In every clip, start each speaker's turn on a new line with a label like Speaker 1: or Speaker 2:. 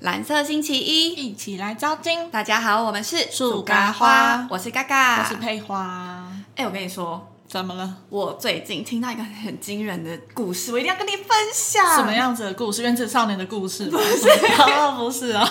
Speaker 1: 蓝色星期一，
Speaker 2: 一起来招金，
Speaker 1: 大家好，我们是
Speaker 2: 树咖花
Speaker 1: 我是嘎嘎，
Speaker 2: 我是佩花。
Speaker 1: 哎、我跟你说，
Speaker 2: 怎么了？
Speaker 1: 我最近听到一个很惊人的故事，我一定要跟你分享。
Speaker 2: 什么？样子的故事？原子少年的故事？不是，哦，不是 啊。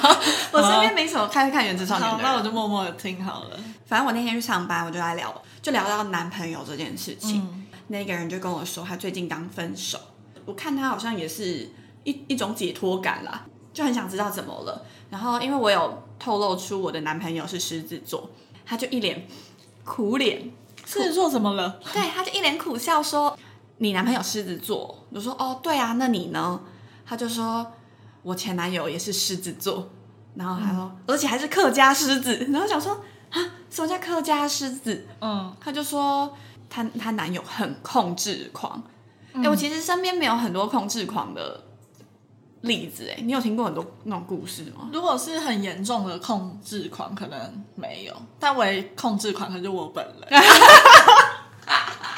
Speaker 1: 我身边没什么看看《原子少
Speaker 2: 好
Speaker 1: 年》
Speaker 2: 好，
Speaker 1: 的
Speaker 2: 那我
Speaker 1: 人。
Speaker 2: 就默默的听好了。
Speaker 1: 反正我那天去上班，我就来聊，就聊到男朋友这件事情。那个人就跟我说，他最近刚分手。我看他好像也是一一种解脱感啦，就很想知道怎么了。然后因为我有透露出我的男朋友是狮子座，他就一脸苦脸，
Speaker 2: 狮子座怎么了？
Speaker 1: 对，他就一脸苦笑说：“你男朋友狮子座。”我说：“哦，对啊，那你呢？”他就说：“我前男友也是狮子座。”然后他说：“而且还是客家狮子。”然后想说：“啊，什么叫客家狮子
Speaker 2: 嗯，？”
Speaker 1: 他就说：“她她男友很控制狂。哎、我其实身边没有很多控制狂的例子、哎，你有听过很多那种故事吗？
Speaker 2: 如果是很严重的控制狂，可能没有，但为控制狂，可能就我本人。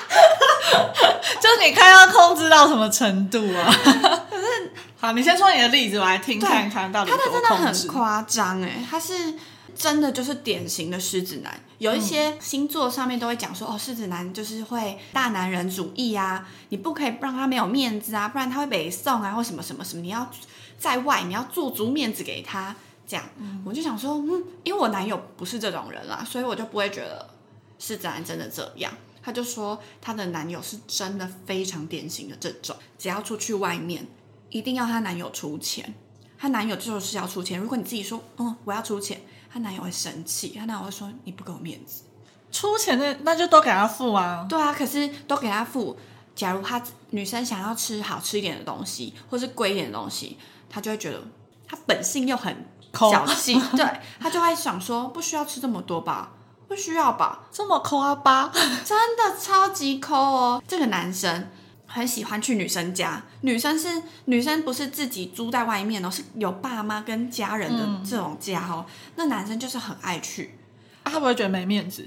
Speaker 2: 就是你看要控制到什么程度啊？ 可是，好，你先说你的例子，我来听
Speaker 1: 对
Speaker 2: 看看到底
Speaker 1: 他的
Speaker 2: 多
Speaker 1: 真的
Speaker 2: 控制
Speaker 1: 很。夸张哎，他是真的就是典型的狮子男。有一些星座上面都会讲说，哦，狮子男就是会大男人主义啊，你不可以让他没有面子啊，不然他会北送啊，或什么什么什么，你要在外你要做足面子给他。这样，我就想说，嗯，因为我男友不是这种人啦，所以我就不会觉得狮子男真的这样。他就说，她的男友是真的非常典型的这种，只要出去外面，一定要她男友出钱。她男友就是要出钱。如果你自己说，嗯，我要出钱，她男友会生气，她男友会说你不给我面子。
Speaker 2: 出钱的那就都给他付啊。
Speaker 1: 对啊，可是都给她付。假如她女生想要吃好吃一点的东西，或是贵一点的东西，她就会觉得她本性又很
Speaker 2: 抠
Speaker 1: 小气，对她就会想说不需要吃这么多吧，不需要吧，
Speaker 2: 这么抠啊吧？
Speaker 1: 真的超级抠哦！这个男生很喜欢去女生家，女生是女生不是自己租在外面哦，是有爸妈跟家人的这种家哦。那男生就是很爱去，
Speaker 2: 他不会觉得没面子，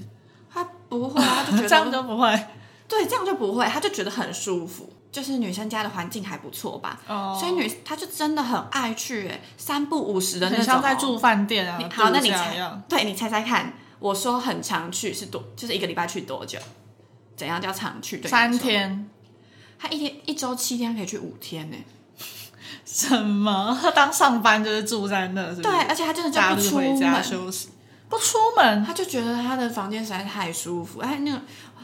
Speaker 1: 他不会啊，他就 觉
Speaker 2: 这样
Speaker 1: 得
Speaker 2: 就不会。
Speaker 1: 对这样就不会，他就觉得很舒服。就是女生家的环境还不错吧，
Speaker 2: 哦
Speaker 1: 所以女他就真的很爱去，哎，三不五十的
Speaker 2: 很
Speaker 1: 那种、
Speaker 2: 像在
Speaker 1: 哦。
Speaker 2: 住饭店啊
Speaker 1: 你。好，那你
Speaker 2: 度假一
Speaker 1: 猜
Speaker 2: 样，
Speaker 1: 对你猜猜看，我说很常去是多，就是一个礼拜去多久？怎样叫常去？对你来
Speaker 2: 三
Speaker 1: 说
Speaker 2: 天？
Speaker 1: 他一天一周七天可以去五天呢、
Speaker 2: 什么？ 他当上班就是住在那，是不是
Speaker 1: 对，而且他真的就
Speaker 2: 假
Speaker 1: 不
Speaker 2: 日
Speaker 1: 出
Speaker 2: 回家
Speaker 1: 门，
Speaker 2: 休息，不出门。
Speaker 1: 他就觉得他的房间实在太舒服。哎，那个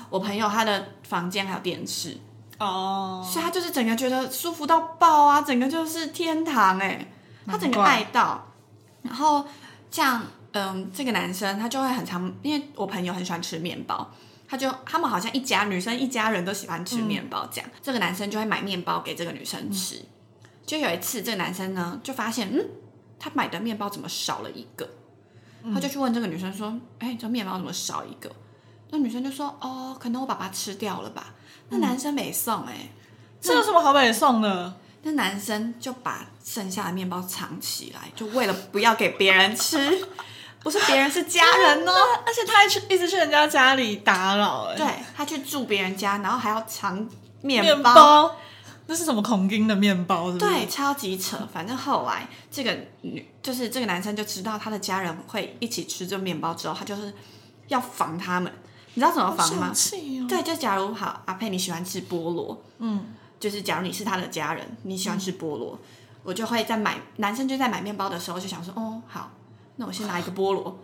Speaker 1: 我朋友他的房间还有电视，
Speaker 2: 哦，
Speaker 1: 所以他就是整个觉得舒服到爆啊，整个就是天堂哎、他整个
Speaker 2: 难怪
Speaker 1: 爱到。然后像嗯，这个男生他就会很常，因为我朋友很喜欢吃面包，他就他们好像一家女生一家人都喜欢吃面包这样，这个男生就会买面包给这个女生吃。就有一次，这个男生呢就发现，嗯，他买的面包怎么少了一个？他就去问这个女生说：“哎、这面包怎么少一个？”那女生就说：“哦，可能我爸爸吃掉了吧。”那男生没送哎、
Speaker 2: 这有什么好北送的？
Speaker 1: 那男生就把剩下的面包藏起来，就为了不要给别人吃，不是别人是家人哦。
Speaker 2: 啊而且他还去一直去人家家里打扰，哎，
Speaker 1: 对他去住别人家，然后还要藏面
Speaker 2: 面
Speaker 1: 包，
Speaker 2: 包，那是什么孔丁的面包？是不是？
Speaker 1: 对，超级扯。反正后来这个女就是这个男生就知道他的家人会一起吃这面包之后，他就是要防他们。你知道怎么
Speaker 2: 好
Speaker 1: 防吗
Speaker 2: 生？气哦。
Speaker 1: 对，就假如好阿佩你喜欢吃菠萝，
Speaker 2: 嗯，
Speaker 1: 就是假如你是他的家人，你喜欢吃菠萝，我就会在买男生就在买面包的时候就想说，哦，好，那我先拿一个菠萝，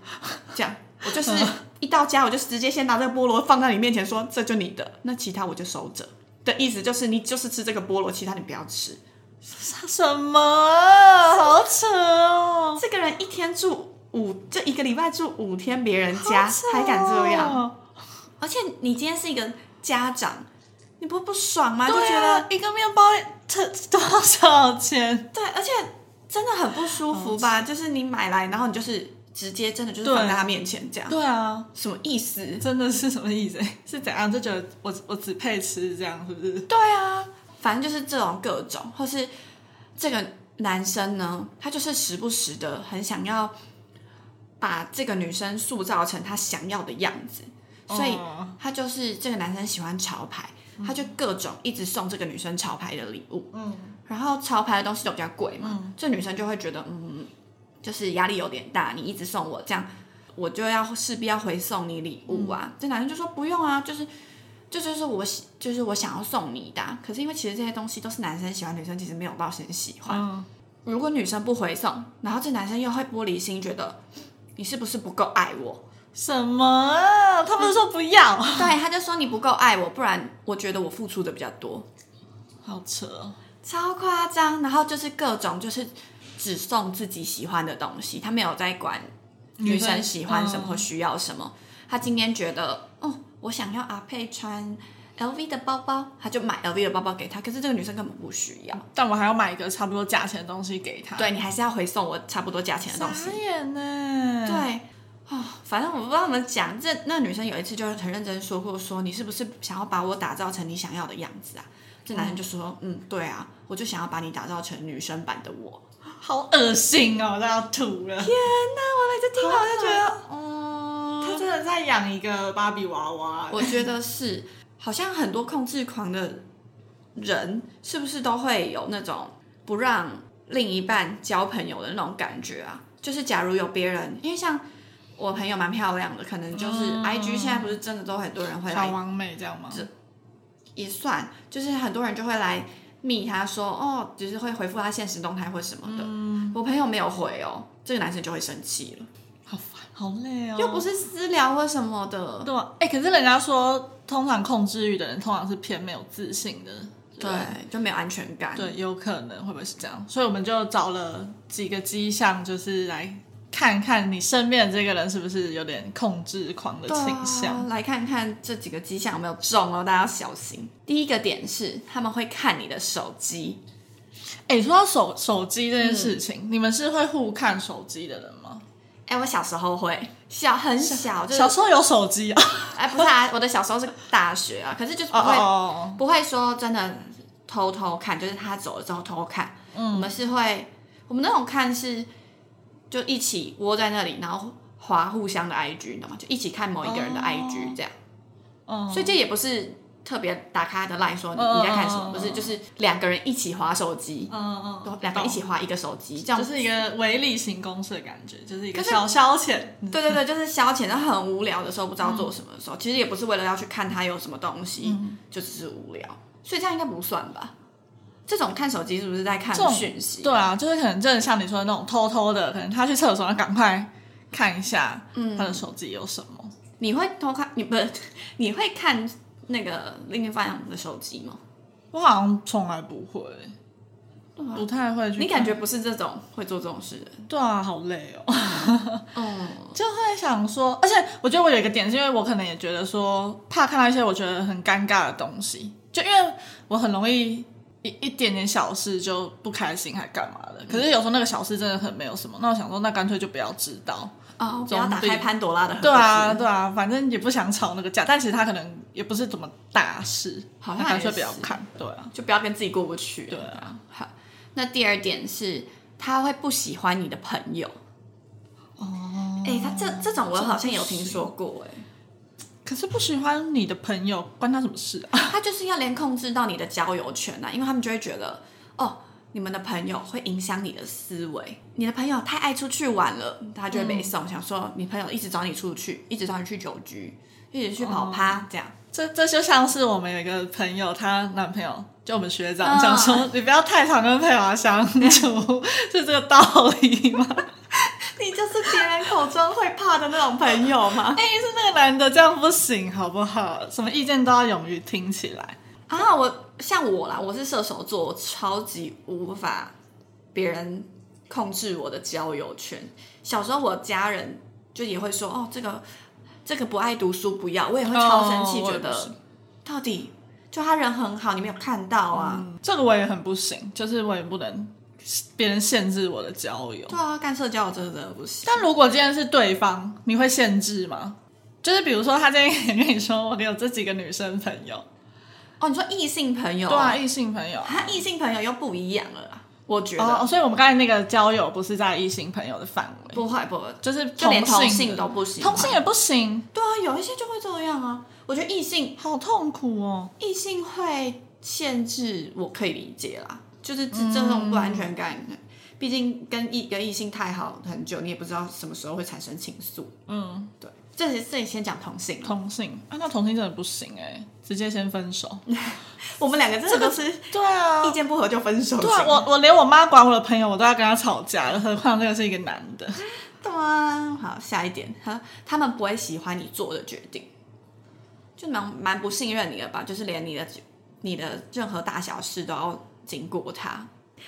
Speaker 1: 这样我就是 一到家我就直接先拿这个菠萝放在你面前说，这就你的，那其他我就收着。的意思就是你就是吃这个菠萝，其他你不要吃。
Speaker 2: 什么啊？好扯哦。
Speaker 1: 这个人一天住五，这一个礼拜住五天别人
Speaker 2: 好
Speaker 1: 家，
Speaker 2: 扯
Speaker 1: 还敢这样？
Speaker 2: 哦？
Speaker 1: 而且你今天是一个家长，你不不爽吗？就
Speaker 2: 对
Speaker 1: 觉得
Speaker 2: 啊，一个面包这多少钱？
Speaker 1: 对，而且真的很不舒服吧？就是你买来，然后你就是直接真的就是放在他面前这样，
Speaker 2: 对啊，
Speaker 1: 什么意思？
Speaker 2: 真的是什么意思？ 是怎样就觉得我我只配吃这样是不是？
Speaker 1: 对啊，反正就是这种各种，或是这个男生呢，他就是时不时的很想要把这个女生塑造成他想要的样子，所以
Speaker 2: 哦
Speaker 1: 他就是这个男生喜欢潮牌，他就各种一直送这个女生潮牌的礼物，
Speaker 2: 嗯，
Speaker 1: 然后潮牌的东西都比较贵嘛，这女生就会觉得嗯就是压力有点大，你一直送我这样，我就要势必要回送你礼物
Speaker 2: 嗯
Speaker 1: 啊。这男生就说不用啊，就是这就是我喜，就是我想要送你的啊、可是因为其实这些东西都是男生喜欢，女生其实没有到很喜欢。
Speaker 2: 嗯，
Speaker 1: 如果女生不回送，然后这男生又会玻璃心，觉得你是不是不够爱我？
Speaker 2: 什么啊？他们说不要，
Speaker 1: 对，他就说你不够爱我，不然我觉得我付出的比较多，
Speaker 2: 好扯哦。
Speaker 1: 超夸张。然后就是各种就是只送自己喜欢的东西，他没有在管女生喜欢
Speaker 2: 嗯
Speaker 1: 什么或需要什么。他今天觉得哦，我想要阿佩穿 LV 的包包，他就买 LV 的包包给她。可是这个女生根本不需要，
Speaker 2: 但我还要买一个差不多价钱的东西给他。
Speaker 1: 对你还是要回送我差不多价钱的
Speaker 2: 傻
Speaker 1: 东西。
Speaker 2: 眼呢。
Speaker 1: 对啊、反正我不知道怎么讲。这那女生有一次就是很认真说过，说你是不是想要把我打造成你想要的样子啊？这男生就说，嗯，对啊，我就想要把你打造成女生版的我。
Speaker 2: 好恶心哦，我都要吐了。
Speaker 1: 我每次听
Speaker 2: 完我就觉得，他
Speaker 1: 嗯，
Speaker 2: 真的在养一个芭比娃娃。
Speaker 1: 我觉得是，好像很多控制狂的人是不是都会有那种不让另一半交朋友的那种感觉啊？就是假如有别人，因为像。我朋友蛮漂亮的，可能就是
Speaker 2: 嗯
Speaker 1: I G 现在不是真的都很多人会来
Speaker 2: 小王美这样吗？
Speaker 1: 也算，就是很多人就会来密他说，哦，只是会回复他现实动态或什么的。
Speaker 2: 嗯
Speaker 1: 我朋友没有回哦，这个男生就会生气了，
Speaker 2: 好烦，好累哦。
Speaker 1: 又不是私聊或什么的。
Speaker 2: 对啊，哎、可是人家说，通常控制欲的人通常是偏没有自信的。
Speaker 1: 对，就没有安全感。
Speaker 2: 对，有可能会不会是这样？所以我们就找了几个迹象，就是来看看你身边的这个人是不是有点控制狂的
Speaker 1: 对啊
Speaker 2: 倾向。
Speaker 1: 来看看这几个迹象有没有中哦，大家要小心。第一个点是他们会看你的手机，
Speaker 2: 哎、说到手手机
Speaker 1: 嗯
Speaker 2: 这件事情，你们是会互看手机的人吗？
Speaker 1: 哎、我小时候会，小很小，就是
Speaker 2: 小时候有手机啊？
Speaker 1: 哎、不是啊，我的小时候是大学啊，可是就是不
Speaker 2: 哦
Speaker 1: 会
Speaker 2: 哦
Speaker 1: 不会说真的偷偷看，就是他走了之后偷看。
Speaker 2: 嗯
Speaker 1: 我们是会，我们那种看是就一起窝在那里，然后划互相的 IG，你懂吗？就一起看某一个人的
Speaker 2: 哦
Speaker 1: IG 这样。
Speaker 2: 哦，
Speaker 1: 所以这也不是特别打开他的 line 说你
Speaker 2: 嗯
Speaker 1: 你在看什么，
Speaker 2: 嗯嗯
Speaker 1: 不是，就是两个人一起划手机，
Speaker 2: 嗯
Speaker 1: 都两个人一起划一个手机，这样
Speaker 2: 就。是一个唯利行公式的感觉，就是一个
Speaker 1: 可是
Speaker 2: 小消遣。
Speaker 1: 对对对，就是消遣，然后很无聊的时候，不知道做什么的时候，
Speaker 2: 嗯
Speaker 1: 其实也不是为了要去看他有什么东西，就只是无聊，所以这样应该不算吧？这种看手机是不是在看
Speaker 2: 这种
Speaker 1: 讯息？
Speaker 2: 对啊，就是可能真的像你说的那种偷偷的，可能他去厕所，他赶快看一下
Speaker 1: 嗯
Speaker 2: 他的手机有什么。
Speaker 1: 你会偷看？你不是？你会看那个另一半的手机吗？
Speaker 2: 我好像从来不会，
Speaker 1: 对啊
Speaker 2: 不太会去看。
Speaker 1: 你感觉不是这种会做这种事的？
Speaker 2: 对啊，好累哦。
Speaker 1: 嗯，
Speaker 2: 就会想说，而且我觉得我有一个点，是因为我可能也觉得说，怕看到一些我觉得很尴尬的东西，就因为我很容易一一点点小事就不开心，还干嘛的。可是有时候那个小事真的很没有什么，那我想说，那干脆就不要知道。
Speaker 1: 哦，不要打开潘多拉的盒子。
Speaker 2: 对啊，，对啊，反正也不想吵那个架，但其实他可能也不是怎么大事，
Speaker 1: 好
Speaker 2: 那
Speaker 1: 像
Speaker 2: 干
Speaker 1: 也
Speaker 2: 脆不要
Speaker 1: 是
Speaker 2: 看。对啊，
Speaker 1: 就不要跟自己过不去。
Speaker 2: 对啊，
Speaker 1: 好。那第二点是，他会不喜欢你的朋友。
Speaker 2: 哦，
Speaker 1: 哎、他这这种我好像有听说过、哎，
Speaker 2: 可是不喜欢你的朋友，关他什么事啊？
Speaker 1: 他就是要连控制到你的交友圈啊，因为他们就会觉得，哦，你们的朋友会影响你的思维，你的朋友太爱出去玩了，他就会被
Speaker 2: 嗯
Speaker 1: 送，想说你朋友一直找你出去，一直找你去酒局，一直
Speaker 2: 哦
Speaker 1: 去跑趴、这样。
Speaker 2: 这这就像是我们有一个朋友，她男朋友就我们学长
Speaker 1: 嗯
Speaker 2: 讲说，你不要太常跟佩华相处， 是这个道理吗？
Speaker 1: 你就是别人口中会怕的那种朋友吗？
Speaker 2: 哎、是那个男的这样不行，好不好？什么意见都要勇于听起来。
Speaker 1: 啊，我像我啦，我是射手座，我超级无法别人控制我的交友圈。小时候我家人就也会说，哦，这个这个不爱读书不要，我也会超生气，
Speaker 2: 哦我
Speaker 1: 觉
Speaker 2: 也不是
Speaker 1: 得到底就他人很好，你没有看到啊？
Speaker 2: 嗯，这个我也很不行，就是我也不能别人限制我的交友。
Speaker 1: 对啊，干社交我真的真的不行。
Speaker 2: 但如果今天是对方，你会限制吗？就是比如说，他今天跟你说，我有这几个女生朋友，
Speaker 1: 哦，你说异性朋友、
Speaker 2: 对啊，，异性朋友，
Speaker 1: 他异性朋友又不一样了啦，我觉得、
Speaker 2: 哦，所以我们刚才那个交友不是在异性朋友的范围，
Speaker 1: 不会不会，
Speaker 2: 就是
Speaker 1: 就连同
Speaker 2: 性
Speaker 1: 性
Speaker 2: 的
Speaker 1: 都不行，
Speaker 2: 同性也不行，
Speaker 1: 对啊，有一些就会这样啊。我觉得异性
Speaker 2: 好痛苦哦。
Speaker 1: 异性会限制，我可以理解啦，就是这这种不安全感。毕竟跟异跟异性太好很久，你也不知道什么时候会产生情愫。
Speaker 2: 嗯，
Speaker 1: 对，这里这里先讲同性，
Speaker 2: 同性啊，那同性真的不行哎、直接先分 手。
Speaker 1: 我们两个真的都是意
Speaker 2: 对啊，
Speaker 1: 见不合就分手型。
Speaker 2: 对啊，我我连我妈管我的朋友，我都要跟他吵架了，何况这个是一个男 的。
Speaker 1: 对啊，好，下一点，他他们不会喜欢你做的决定，就蛮蛮不信任你的吧？就是连你的你的任何大小事都要经过他，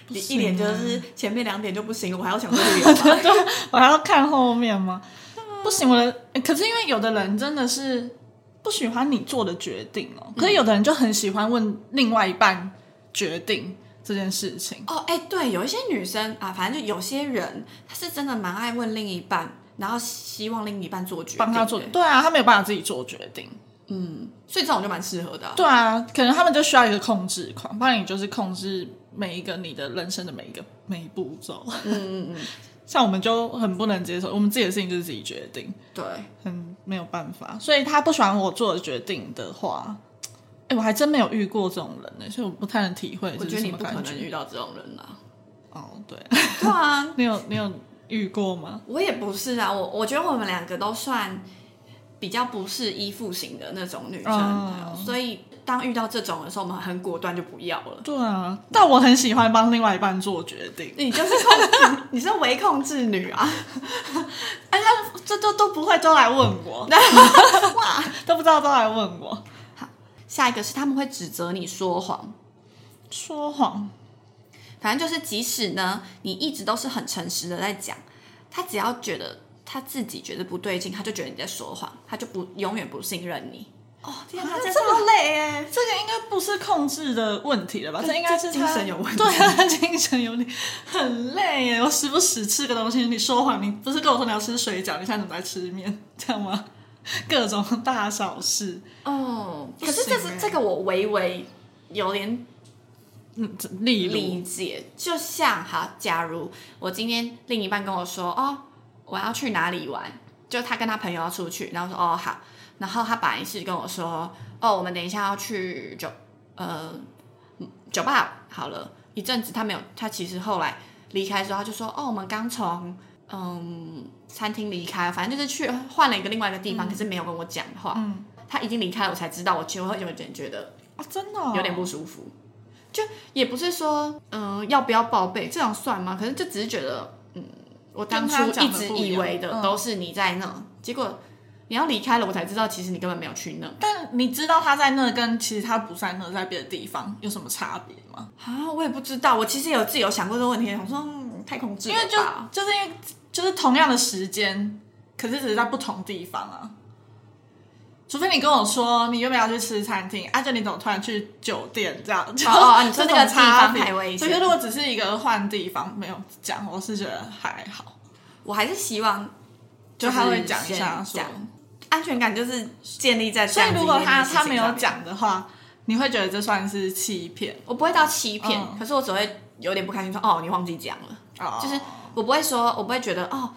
Speaker 1: 你
Speaker 2: 啊
Speaker 1: 一点就是前面两点就不行，我还要想这个理由吗
Speaker 2: 我还要看后面吗？
Speaker 1: 嗯
Speaker 2: 不行，我的、欸可是因为有的人真的是不喜欢你做的决定哦、可是有的人就很喜欢问另外一半决定这件事情。
Speaker 1: 哦，哎、对，有一些女生啊，反正就有些人，她是真的蛮爱问另一半，然后希望另一半做决定，
Speaker 2: 帮他做，
Speaker 1: 对
Speaker 2: 对啊，他没有办法自己做决定。
Speaker 1: 嗯，所以这种就蛮适合的啊、
Speaker 2: 对啊，可能他们就需要一个控制狂，不然你就是控制每一个你的人生的每一个每一步骤。
Speaker 1: 嗯嗯嗯，
Speaker 2: 像我们就很不能接受，我们自己的事情就是自己决定，
Speaker 1: 对，
Speaker 2: 很没有办法。所以他不喜欢我做的决定的话，哎、我还真没有遇过这种人呢、所以我不太能体会
Speaker 1: 我
Speaker 2: 这
Speaker 1: 觉
Speaker 2: 是
Speaker 1: 得
Speaker 2: 什
Speaker 1: 你
Speaker 2: 么
Speaker 1: 不可
Speaker 2: 感
Speaker 1: 能
Speaker 2: 觉。
Speaker 1: 遇到这种人啦、
Speaker 2: 哦，对，
Speaker 1: 对啊，
Speaker 2: 你有你有遇过吗？
Speaker 1: 我也不是啊，我我觉得我们两个都算比较不是依附型的那种女生，啊
Speaker 2: 哦
Speaker 1: 所以当遇到这种的时候，我们很果断就不要了。
Speaker 2: 对啊，但我很喜欢帮另外一半做决定，
Speaker 1: 你就是控制， 你是唯控制女啊！
Speaker 2: 哎、他这都都不会都来问我，
Speaker 1: 哇，
Speaker 2: 都不知道都来问我
Speaker 1: 下一个是他们会指责你说谎，
Speaker 2: 说谎。
Speaker 1: 反正就是即使呢，你一直都是很诚实的在讲，他只要觉得他自己觉得不对劲，他就觉得你在说谎，他就不永远不信任你。哦，天啊，
Speaker 2: 啊
Speaker 1: 这
Speaker 2: 这
Speaker 1: 么累哎！
Speaker 2: 这个应该不是控制的问题了吧？
Speaker 1: 这
Speaker 2: 这应该是
Speaker 1: 精
Speaker 2: 他
Speaker 1: 神有问题
Speaker 2: 对啊，他精神有点很累耶。我时不时吃个东西，你说谎，你不是跟我说你要吃水饺，你现在怎么在吃面？这样吗？各种大小事，
Speaker 1: 哦，
Speaker 2: 不
Speaker 1: 可是这
Speaker 2: 行
Speaker 1: 是
Speaker 2: 欸
Speaker 1: 这个我微微有点
Speaker 2: 嗯，这例
Speaker 1: 理
Speaker 2: 如，
Speaker 1: 解，就像好，假如我今天另一半跟我说，哦，我要去哪里玩，就他跟他朋友要出去，然后我说哦好，然后他本来是跟我说，哦，我们等一下要去酒，呃，嗯酒吧好了，一阵子他没有，他其实后来离开之后，他就说，哦，我们刚从嗯餐厅离开，反正就是去换了一个另外一个地方，可是没有跟我讲话，
Speaker 2: 嗯，
Speaker 1: 他已经离开了，我才知道，我就会有点觉得。
Speaker 2: 啊，真的哦、
Speaker 1: 有点不舒服。就也不是说，嗯、要不要报备这样算吗？可是就只是觉得，嗯，我当初
Speaker 2: 跟他
Speaker 1: 一
Speaker 2: 讲的
Speaker 1: 直
Speaker 2: 不一
Speaker 1: 以
Speaker 2: 样
Speaker 1: 为的
Speaker 2: 嗯
Speaker 1: 都是你在那，结果你要离开了，我才知道其实你根本没有去那
Speaker 2: 但你知道他在那跟其实他不在那，在别的地方有什么差别吗？
Speaker 1: 啊！我也不知道，我其实有自己有想过这个问题，想说、嗯、太控制
Speaker 2: 因
Speaker 1: 了
Speaker 2: 为就
Speaker 1: 吧。
Speaker 2: 就是因为就是同样的时间，可是只是在不同地方啊。除非你跟我说你原本要去吃餐厅，啊，就你怎么突然去酒店这样？就
Speaker 1: 哦哦你说
Speaker 2: 这
Speaker 1: 那个
Speaker 2: 种差
Speaker 1: 地方排位
Speaker 2: 别。所以如果只是一个换地方，没有讲，我是觉得还好，
Speaker 1: 我还是希望
Speaker 2: 就他会讲一下
Speaker 1: 就
Speaker 2: 说
Speaker 1: 是先。讲安全感就是建立在这
Speaker 2: 所
Speaker 1: 样
Speaker 2: 以
Speaker 1: 子
Speaker 2: 如果
Speaker 1: 一件
Speaker 2: 他
Speaker 1: 事情
Speaker 2: 他没有
Speaker 1: 上面，
Speaker 2: 讲的话，你会觉得这算是欺骗
Speaker 1: 我不会到欺骗，
Speaker 2: 嗯
Speaker 1: 可是我只会有点不开心说哦，你忘记讲了。
Speaker 2: 哦，
Speaker 1: 就是我不会说，我不会觉得哦，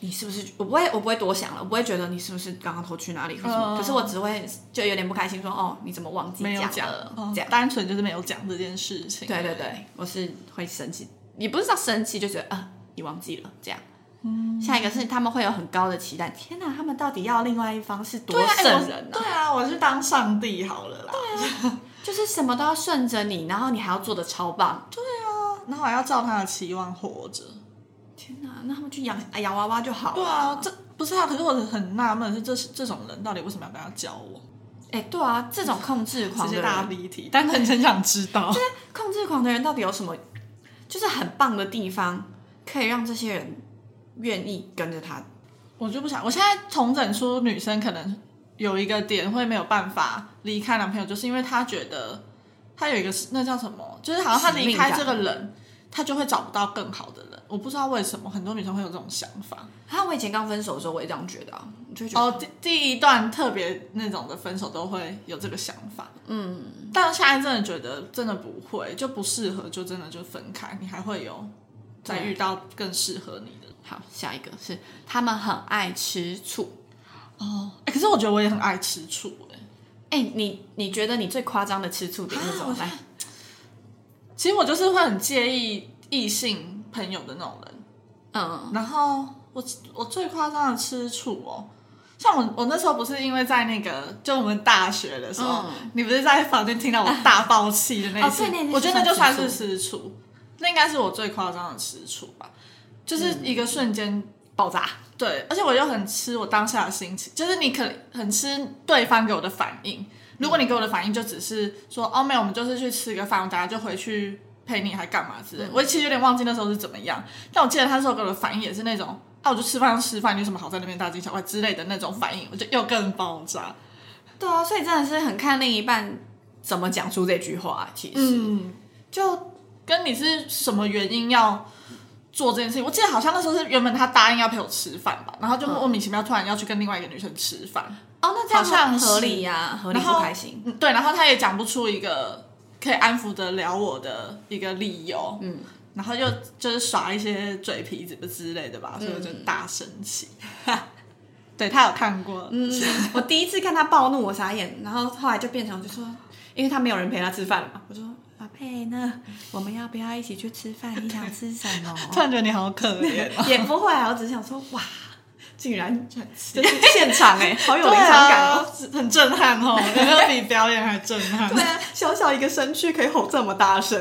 Speaker 1: 你是不是？我不会，我不会多想了，我不会觉得你是不是刚刚偷去哪里或什
Speaker 2: 嗯
Speaker 1: 么。可是我只会就有点不开心说，哦，你怎么忘记
Speaker 2: 没有
Speaker 1: 讲
Speaker 2: 讲
Speaker 1: 了？，
Speaker 2: 哦
Speaker 1: 这样，
Speaker 2: 单纯就是没有讲这件事情。
Speaker 1: 对对对，我是会生气，也不是叫生气，就觉得啊、你忘记了这样。嗯，下一个是他们会有很高的期待，天哪，他们到底要另外一方是多
Speaker 2: 对啊，哎我
Speaker 1: 圣人呢、
Speaker 2: 对啊，我去当上帝好了啦。
Speaker 1: 就是什么都要顺着你，然后你还要做的超棒。
Speaker 2: 然后还要照他的期望活着。
Speaker 1: 天哪，那他们去养哎养娃娃就好了。
Speaker 2: 对啊，这不是啊，可是我很纳闷，是这是这种人到底为什么要跟他交往？
Speaker 1: 哎、对啊，这种控制狂
Speaker 2: 直接
Speaker 1: 的人
Speaker 2: 大离题，但很很想知道。
Speaker 1: 控制狂的人到底有什么，就是很棒的地方，可以让这些人愿意跟着他？
Speaker 2: 我就不想，我现在重整出女生可能有一个点会没有办法离开男朋友，就是因为她觉得她有一个那叫什么，就是好像她离开这个人，她就会找不到更好的人。我不知道为什么很多女生会有这种想法。
Speaker 1: 他我以前刚分手的时候，我也这样觉得、啊，我就觉得
Speaker 2: 哦，第第一段特别那种的分手都会有这个想法，嗯，但现在真的觉得真的不会，就不适合就真的就分开，你还会有再
Speaker 1: 对
Speaker 2: 遇到更适合你的。
Speaker 1: 好。下一个是他们很爱吃醋。
Speaker 2: 哦，哎、可是我觉得我也很爱吃醋、哎，
Speaker 1: 哎、你你觉得你最夸啊张的吃醋点是什么？
Speaker 2: 啊
Speaker 1: 来，
Speaker 2: 其实我就是会很介意异性朋友的那种人。
Speaker 1: 嗯，
Speaker 2: 然后我我最夸张的吃醋哦，像我我那时候不是因为在那个就我们大学的时候，
Speaker 1: 嗯
Speaker 2: 你不是在房间听到我大爆气的那一次，
Speaker 1: 哦对那次
Speaker 2: 我觉得那就算
Speaker 1: 算
Speaker 2: 是
Speaker 1: 吃
Speaker 2: 吃
Speaker 1: 醋
Speaker 2: 醋，那应该是我最夸张的吃醋吧，
Speaker 1: 嗯
Speaker 2: 就是一个瞬间爆炸。对，而且我又很吃我当下的心情，就是你可很吃对方给我的反应。如果你给我的反应就只是说哦没有，我们就是去吃个饭，我等下就回去陪你，还干嘛之类的，我其实有点忘记那时候是怎么样。但我记得他那时候给我的反应也是那种，啊，我就吃饭就吃饭，你有什么好在那边大惊小怪之类的那种反应，我就又更爆炸。
Speaker 1: 对啊，所以真的是很看另一半怎么讲出这句话。其实、
Speaker 2: 嗯，
Speaker 1: 就
Speaker 2: 跟你是什么原因要做这件事情？我记得好像那时候是原本他答应要陪我吃饭吧，然后就莫名其妙突然要去跟另外一个女生吃饭，
Speaker 1: 哦，那这样
Speaker 2: 好像
Speaker 1: 很
Speaker 2: 是
Speaker 1: 合理呀、合理
Speaker 2: 然
Speaker 1: 不
Speaker 2: 后
Speaker 1: 开心。
Speaker 2: 嗯，对，然后他也讲不出一个可以安抚得了我的一个理由，嗯，然后又就是耍一些嘴皮子之类的吧，所以我就大生气。 对他有看过，嗯，
Speaker 1: 我第一次看他暴怒，我傻眼，然后后来就变成就说，因为他没有人陪他吃饭了嘛，我说阿佩呢，我们要不要一起去吃饭？你想吃什 么？。
Speaker 2: 突然觉得你好可怜、 哦
Speaker 1: 也不会啊，我只是想说，哇，竟然就是 现场哎、好有
Speaker 2: 对
Speaker 1: 临场感
Speaker 2: 啊
Speaker 1: 哦。，
Speaker 2: 很震撼 哦，有没有比表演还震撼？
Speaker 1: 对啊，小小一个身躯可以吼这么大声，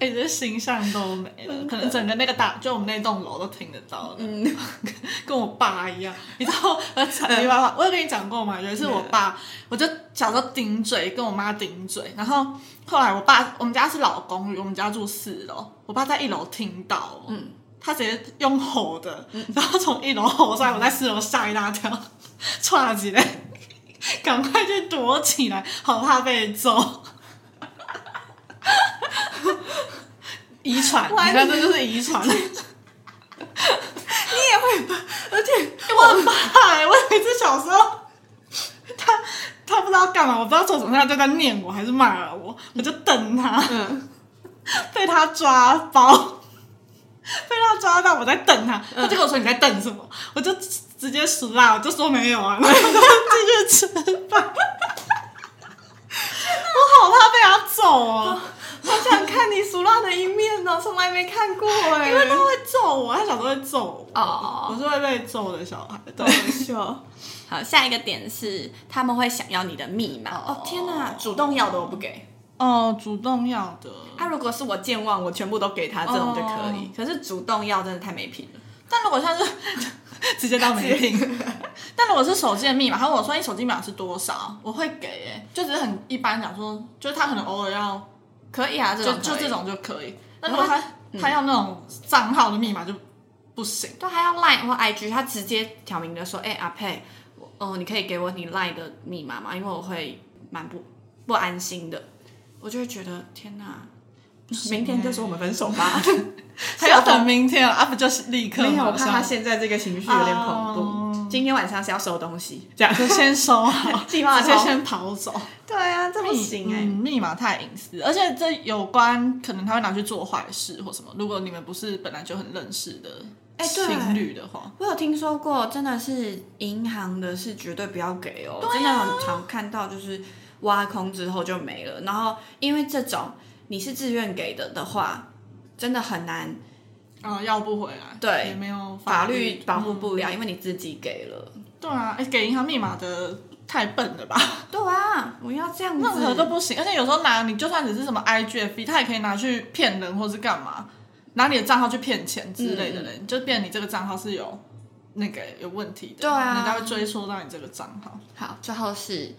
Speaker 2: 哎、这形象都没了，可能整个那个大，就我们那栋楼都听得到了。嗯， 跟我爸一样，你知道我讲题外话，我有跟你讲过嘛？有一次我爸，我就小时候顶嘴，跟我妈顶嘴，然后后来我爸，我们家是老公寓，我们家住四楼，我爸在一楼听到，嗯，他直接用吼的，然后从一楼吼上来，我在四楼吓一大跳， 唰几嘞，赶快去躲起来，好怕被揍。 遗传，
Speaker 1: 哇
Speaker 2: 你看这就是遗传。
Speaker 1: 而 且
Speaker 2: 我很怕哎、我有一次小时候，他他不知道干嘛，我不知道做什么，他就在念我还是骂了我，我就瞪他，
Speaker 1: 嗯
Speaker 2: 被他抓包， 被他抓到，我在瞪他，他就跟我说你在瞪什么，我就直直接死啦，我就说没有 啊，然后就继续吃饭。 我好怕被他揍哦，
Speaker 1: 好想看你俗辣的一面哦，从来没看过哎、
Speaker 2: 因为他会揍我，他小时候会揍我，
Speaker 1: 哦
Speaker 2: 我是会被揍的小孩，对
Speaker 1: 搞。笑。 好，下一个点是他们会想要你的密码。哦天哪，主动要的我不给。
Speaker 2: 哦，主动要的，
Speaker 1: 他、如果是我健忘，我全部都给他，这种就可以。
Speaker 2: 哦
Speaker 1: 可是主动要真的太没品了。
Speaker 2: 但如果像是 直接当没听， 但如果是手机的密码，他问我说你手机密码是多少，我会给、欸，就只是很一般讲说，就是他可能偶尔要，
Speaker 1: 可以啊，这
Speaker 2: 就
Speaker 1: 种
Speaker 2: 就
Speaker 1: 可以嗯
Speaker 2: 这，种就可以。那如果他他要那种账号的密码就不 行。
Speaker 1: 对，还要 Line 或 IG，他直接挑明的说，哎、阿佩，我哦，你可以给我你 Line 的密码吗？因为我会蛮不不安心的，我就会觉得天哪，明天就说我们分手吧。
Speaker 2: 还要等明天啊？啊不就是立刻
Speaker 1: 没有，我
Speaker 2: 马
Speaker 1: 怕他
Speaker 2: 上
Speaker 1: 现在这个情绪有点恐怖。
Speaker 2: 哦
Speaker 1: 今天晚上是要收东西，
Speaker 2: 这样就先收好，
Speaker 1: 计 划
Speaker 2: 直接
Speaker 1: 好
Speaker 2: 先跑走。
Speaker 1: 对啊，这不
Speaker 2: 嗯密码太隐私，而且这有关可能他会拿去做坏事或什么。如果你们不是本来就很认识的
Speaker 1: 哎对
Speaker 2: 情侣的话，
Speaker 1: 我有听说过，真的是银行的是绝对不要给哦，
Speaker 2: 对啊
Speaker 1: 真的很常看到，就是挖空之后就没了。然后因为这种你是自愿给的的话，真的很难，哦
Speaker 2: 啊、要不回来，
Speaker 1: 对
Speaker 2: 也没有
Speaker 1: 法
Speaker 2: 律
Speaker 1: 律嗯保护不
Speaker 2: 嗯
Speaker 1: 了，因为你自己给了。
Speaker 2: 对啊，哎、给银行密码的太笨了吧，
Speaker 1: 对啊，我要这样
Speaker 2: 任何都
Speaker 1: 子，
Speaker 2: 不行。而且有时候拿你就算只是什么 IGFB，他也可以拿去骗人或是干嘛，拿你的账号去骗钱之类
Speaker 1: 嗯
Speaker 2: 的人，就变你这个账号是有那个有问题的，
Speaker 1: 对啊
Speaker 2: 人家会追溯到你这个账号。
Speaker 1: 好，最后是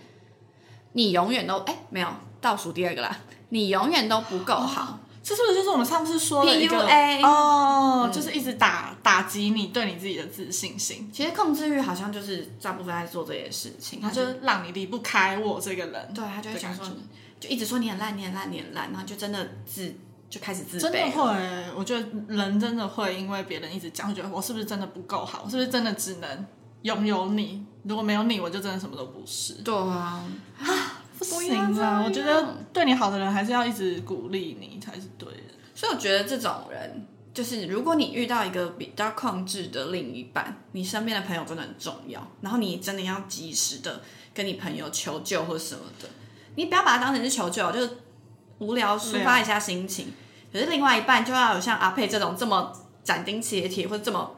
Speaker 1: 你永远都哎、没有倒数第二个啦，你永远都不够好。
Speaker 2: 这是不是就是我们上次说的一个
Speaker 1: PUA
Speaker 2: 哦，
Speaker 1: 嗯
Speaker 2: 就是一直打打击你对你自己的自信心，
Speaker 1: 其实控制欲好像就是大部分在做这些事情，
Speaker 2: 然后就让你离不开我这个人。
Speaker 1: 对他就会
Speaker 2: 的
Speaker 1: 想
Speaker 2: 感
Speaker 1: 说
Speaker 2: 觉，
Speaker 1: 就一直说你很烂，你很烂，你很烂，然后就真的自就开始自
Speaker 2: 真的
Speaker 1: 卑。
Speaker 2: 会，我觉得人真的会因为别人一直讲，会觉得我是不是真的不够好，我是不是真的只能拥有你？如果没有你，我就真的什么都不是。
Speaker 1: 对啊，
Speaker 2: 不
Speaker 1: 要
Speaker 2: 行
Speaker 1: 这
Speaker 2: 啊！
Speaker 1: 样
Speaker 2: 我觉得对你好的人还是要一直鼓励你才是对的。
Speaker 1: 所以我觉得这种人，就是如果你遇到一个比较控制的另一半，你身边的朋友真的很重要，然后你真的要及时的跟你朋友求哦啊救或什么的，你不要把它当成是求救，就是无聊抒发一下心情。可是另外一半就要有像阿佩这种这么斩钉截铁，或者这么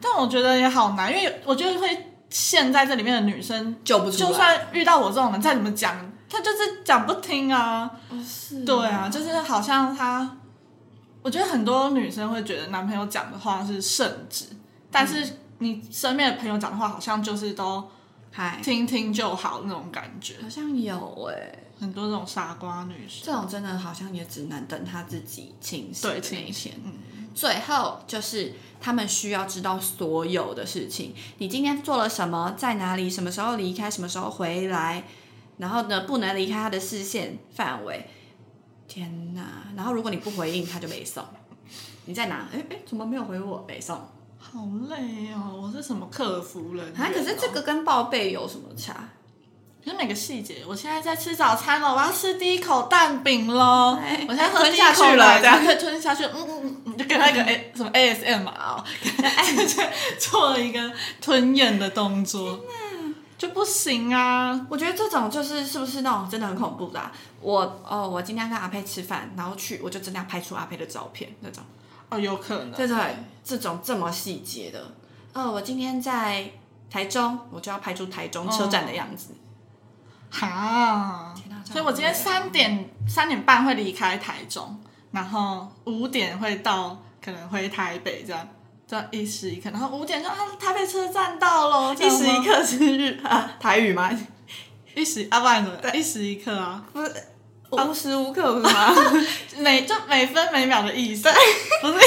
Speaker 2: 但我觉得也好难，因为我觉得会陷在这里面的女生，
Speaker 1: 救不出来。
Speaker 2: 就算遇到我这种人，再怎么讲，她就是讲不听啊。
Speaker 1: 哦是哦
Speaker 2: 对啊，，就是好像她，我觉得很多女生会觉得男朋友讲的话是圣旨，但是你身边的朋友讲的话，好像就是都
Speaker 1: 嗨，
Speaker 2: 听听就好那种感觉。
Speaker 1: 好像有哎、
Speaker 2: 很多这种傻瓜女生，
Speaker 1: 这种真的好像也只能等他自己清醒
Speaker 2: 对，
Speaker 1: 的那一
Speaker 2: 请
Speaker 1: 天。
Speaker 2: 嗯，
Speaker 1: 最后就是他们需要知道所有的事情，你今天做了什么，在哪里，什么时候离开，什么时候回来，然后呢，不能离开他的视线范围。天哪！然后如果你不回应，他就没送。你在哪？哎哎，怎么没有回我？没送啊！
Speaker 2: 好累哦，我是什么客服人员哦、
Speaker 1: 哎可是这个跟报备有什么差？
Speaker 2: 可是每个细节，我现在在吃早餐了，我要吃第一口蛋饼喽，
Speaker 1: 哎
Speaker 2: 我现在喝
Speaker 1: 吞下去
Speaker 2: 第一口
Speaker 1: 了
Speaker 2: 奶
Speaker 1: 这样
Speaker 2: 可以吞下去，嗯嗯嗯，就给他一个 A 什么 ASM 啊、
Speaker 1: 哎
Speaker 2: 哦， 做了一个吞咽的动作，就不行啊。
Speaker 1: 我觉得这种就是是不是那种真的很恐怖的啊、我哦，我今天跟阿佩吃饭，然后去我就真的要拍出阿佩的照片那种。
Speaker 2: 哦，有可能，
Speaker 1: 这种这种这么细节的，哦，我今天在台中，我就要拍出台中车站的样
Speaker 2: 哦
Speaker 1: 子。
Speaker 2: 哈，
Speaker 1: 天哪这样
Speaker 2: 所以我今天
Speaker 1: 好累啊
Speaker 2: 三点三点半会离开台中，然后五点会到，可能回台北这样，这样一时一刻，然后五点就啊台北车站到喽，这
Speaker 1: 一
Speaker 2: 样
Speaker 1: 时
Speaker 2: 吗
Speaker 1: 一刻是日啊台语吗？
Speaker 2: 一时啊，不然怎么一时一刻啊，
Speaker 1: 不是，无时无刻不是吗？
Speaker 2: 每就每分每秒的意思，不是。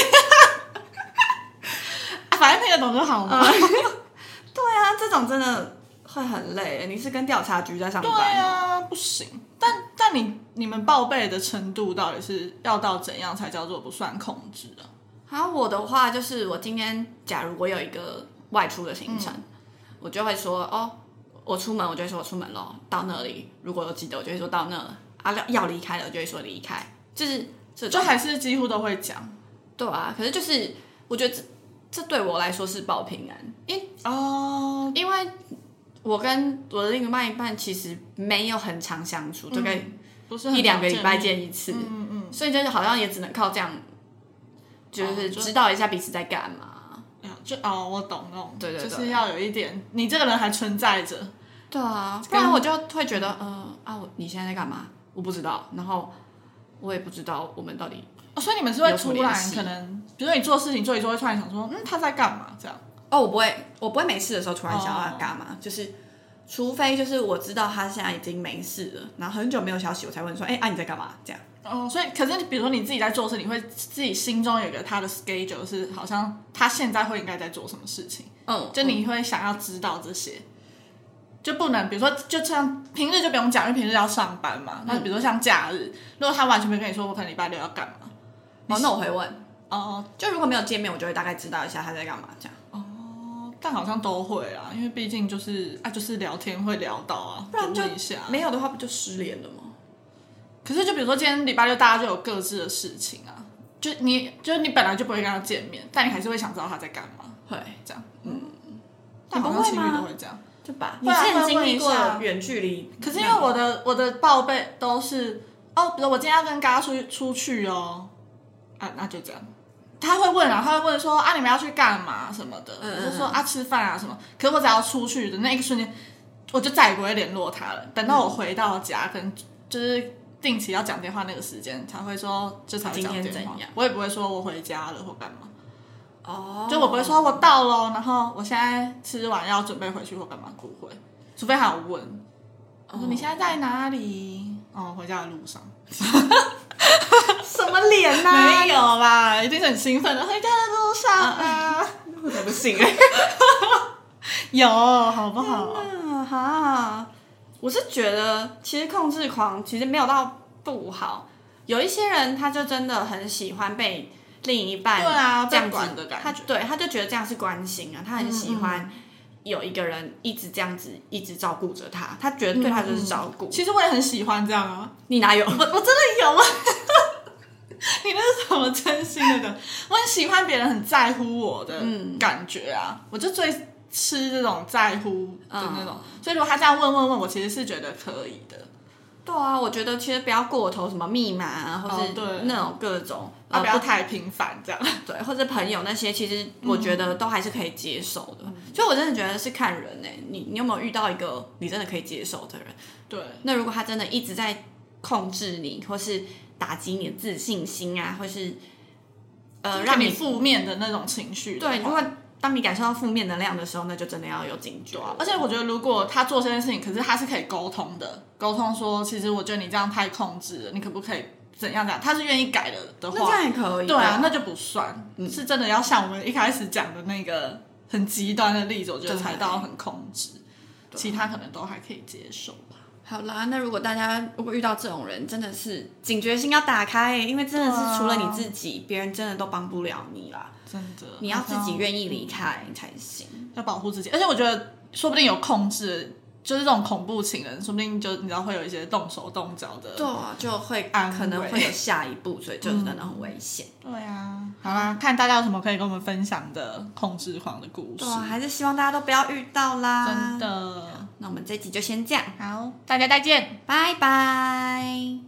Speaker 2: 啊反正听得懂就 好嘛。
Speaker 1: 对啊，这种真的会很累。你是跟调查局在上
Speaker 2: 对
Speaker 1: 班？
Speaker 2: 啊，不行。但但你你们报备的程度到底是要到怎样才叫做不算控制啊？
Speaker 1: 然后我的话就是，我今天假如我有一个外出的行
Speaker 2: 嗯
Speaker 1: 程，我就会说哦，我出门，我就会说我出门咯，到那里如果有记得，我就会说到那啊要要离开了，我就会说离开，就是这
Speaker 2: 就
Speaker 1: 种
Speaker 2: 还是几乎都会讲
Speaker 1: 对啊。可是就是我觉得这这对我来说是报平安，因为
Speaker 2: 哦。
Speaker 1: 因为我跟我的另外一半其实没有很常相处，大概
Speaker 2: 嗯不是很
Speaker 1: 一两个礼
Speaker 2: 常
Speaker 1: 拜
Speaker 2: 见
Speaker 1: 见一次，
Speaker 2: 面。嗯嗯
Speaker 1: 所以就是好像也只能靠这样，就是
Speaker 2: 哦就
Speaker 1: 知道一下彼此在干嘛。
Speaker 2: 嗯，就哦，我懂那种，
Speaker 1: 对对对
Speaker 2: 就是要有一点，你这个人还存在着，
Speaker 1: 对啊，不
Speaker 2: 跟
Speaker 1: 然我就会觉得，嗯、呃、啊，我你现在在干嘛？我不知道，然后我也不知道我们到底
Speaker 2: 哦，所以你们是会
Speaker 1: 有所
Speaker 2: 突
Speaker 1: 联
Speaker 2: 然
Speaker 1: 系
Speaker 2: 可能，比如说你做事情做一做，会突然想说，嗯，他在干嘛？这样，
Speaker 1: 哦，我不会，我不会没事的时候突然想要干嘛，就是除非就是我知道他现在已经没事了，然后很久没有消息，我才问说，哎、啊你在干嘛？这样
Speaker 2: 哦，所以可是，比如说你自己在做事，你会自己心中有一个他的 schedule 是好像他现在会应该在做什么事情，
Speaker 1: 嗯
Speaker 2: 就你会想要知道这些，就不能比如说就像平日就不用讲，因为平日要上班嘛。那比如说像假日，如果他完全没跟你说，我可能礼拜六要干嘛？
Speaker 1: 哦，那我会问，
Speaker 2: 哦
Speaker 1: 就如果没有见面，我就会大概知道一下他在干嘛，这样，
Speaker 2: 哦，但好像都会啊，因为毕竟就是啊，就是聊天会聊到啊，
Speaker 1: 不然就
Speaker 2: 问一下。
Speaker 1: 没有的话不就失联了吗？
Speaker 2: 可是就比如说今天礼拜六大家就有各自的事情啊，就你就是你本来就不会跟他见面，但你还是会想知道他在干嘛。
Speaker 1: 会
Speaker 2: 这样，
Speaker 1: 嗯，
Speaker 2: 但好
Speaker 1: 不
Speaker 2: 像
Speaker 1: 会
Speaker 2: 情侣都
Speaker 1: 吗？
Speaker 2: 会这样。
Speaker 1: 就把你
Speaker 2: 会啊
Speaker 1: 之前
Speaker 2: 会
Speaker 1: 经
Speaker 2: 问
Speaker 1: 历
Speaker 2: 一
Speaker 1: 过
Speaker 2: 下
Speaker 1: 远距离，
Speaker 2: 可是因为我的我的报备都是哦，比如我今天要跟嘎出去出去哦，啊，那就这样。他会问啊，他会问说啊，你们要去干嘛什么的，
Speaker 1: 嗯嗯
Speaker 2: 我就说啊，吃饭啊什么。可是我只要出去的那一瞬间，我就再也不会联络他了。等到
Speaker 1: 嗯
Speaker 2: 我回到家，跟就是定期要讲电话那个时间，才会说这才会讲
Speaker 1: 今天
Speaker 2: 电话
Speaker 1: 怎样。
Speaker 2: 我也不会说我回家了或干嘛。
Speaker 1: 哦，
Speaker 2: 就我不会说我到喽，然后我现在吃完要准备回去或干嘛，不会，除非他有问，我说你现在在哪里？哦，回家的路上。
Speaker 1: 什么脸啊呐、
Speaker 2: 没有啦，一定很兴奋的，回家的路上啊，
Speaker 1: 我才不信哎、
Speaker 2: 有好不好？
Speaker 1: 啊哈！我是觉得，其实控制狂其实没有到不好，有一些人他就真的很喜欢被另一半
Speaker 2: 对啊
Speaker 1: 这样
Speaker 2: 被
Speaker 1: 子
Speaker 2: 管的感觉嗯
Speaker 1: 他对他就觉得这样是关心啊，他很喜欢有一个人一直这样子一直照顾着他，他觉得对他就是照顾。
Speaker 2: 其实我也很喜欢这样啊，
Speaker 1: 你哪有？
Speaker 2: 我我真的有啊。你那是什么真心的感？我很喜欢别人很在乎我的感觉啊，我就最嗯吃这种在乎的那种。所以如果他这样问问问我，其实是觉得可以的。
Speaker 1: 对啊，我觉得其实不要过头，什么密码啊，或
Speaker 2: 哦
Speaker 1: 是
Speaker 2: 对
Speaker 1: 那种各种，
Speaker 2: 啊，
Speaker 1: 呃
Speaker 2: 不要太频繁这样。
Speaker 1: 对，或者朋友那些，其实我觉得都还是可以接受的。所以我真的觉得是看人呢、你你有没有遇到一个你真的可以接受的人？
Speaker 2: 对，
Speaker 1: 那如果他真的一直在控制你，或是打击你的自信心啊，或是呃
Speaker 2: 就是
Speaker 1: 让
Speaker 2: 你
Speaker 1: 你
Speaker 2: 负面的那种情绪的话。
Speaker 1: 对，如果当你感受到负面能量的时候，那就真的要有警觉
Speaker 2: 对啊
Speaker 1: 了。
Speaker 2: 而且我觉得，如果他做这件事情，可是他是可以沟通的，沟通说，其实我觉得你这样太控制了，你可不可以怎样怎样？他是愿意改了的
Speaker 1: 那这
Speaker 2: 话，
Speaker 1: 样也可以，嗯
Speaker 2: 对啊，那就不算，是真的要像我们一开始讲的那个很极端的例子，我觉得
Speaker 1: 对
Speaker 2: 才到很控制，
Speaker 1: 啊
Speaker 2: 其他可能都还可以接受吧。
Speaker 1: 好啦，那如果大家如果遇到这种人，真的是警觉心要打开、欸因为真的
Speaker 2: 对啊
Speaker 1: 是除了你自己，别人真的都帮不了你啦。
Speaker 2: 真的，
Speaker 1: 你要自己愿意离开才行。
Speaker 2: 要保护自己，而且我觉得说不定有控制，就是这种恐怖情人，说不定就你知道会有一些动手动脚的。
Speaker 1: 对啊，就会
Speaker 2: 安慰
Speaker 1: 可能会有下一步，所以就真的很危险。
Speaker 2: 对啊，好啦，看大家有什么可以跟我们分享的控制狂的故事
Speaker 1: 对，啊，还是希望大家都不要遇到啦。
Speaker 2: 真。的
Speaker 1: 那我们这集就先这样，
Speaker 2: 好，大家再见。
Speaker 1: 拜拜。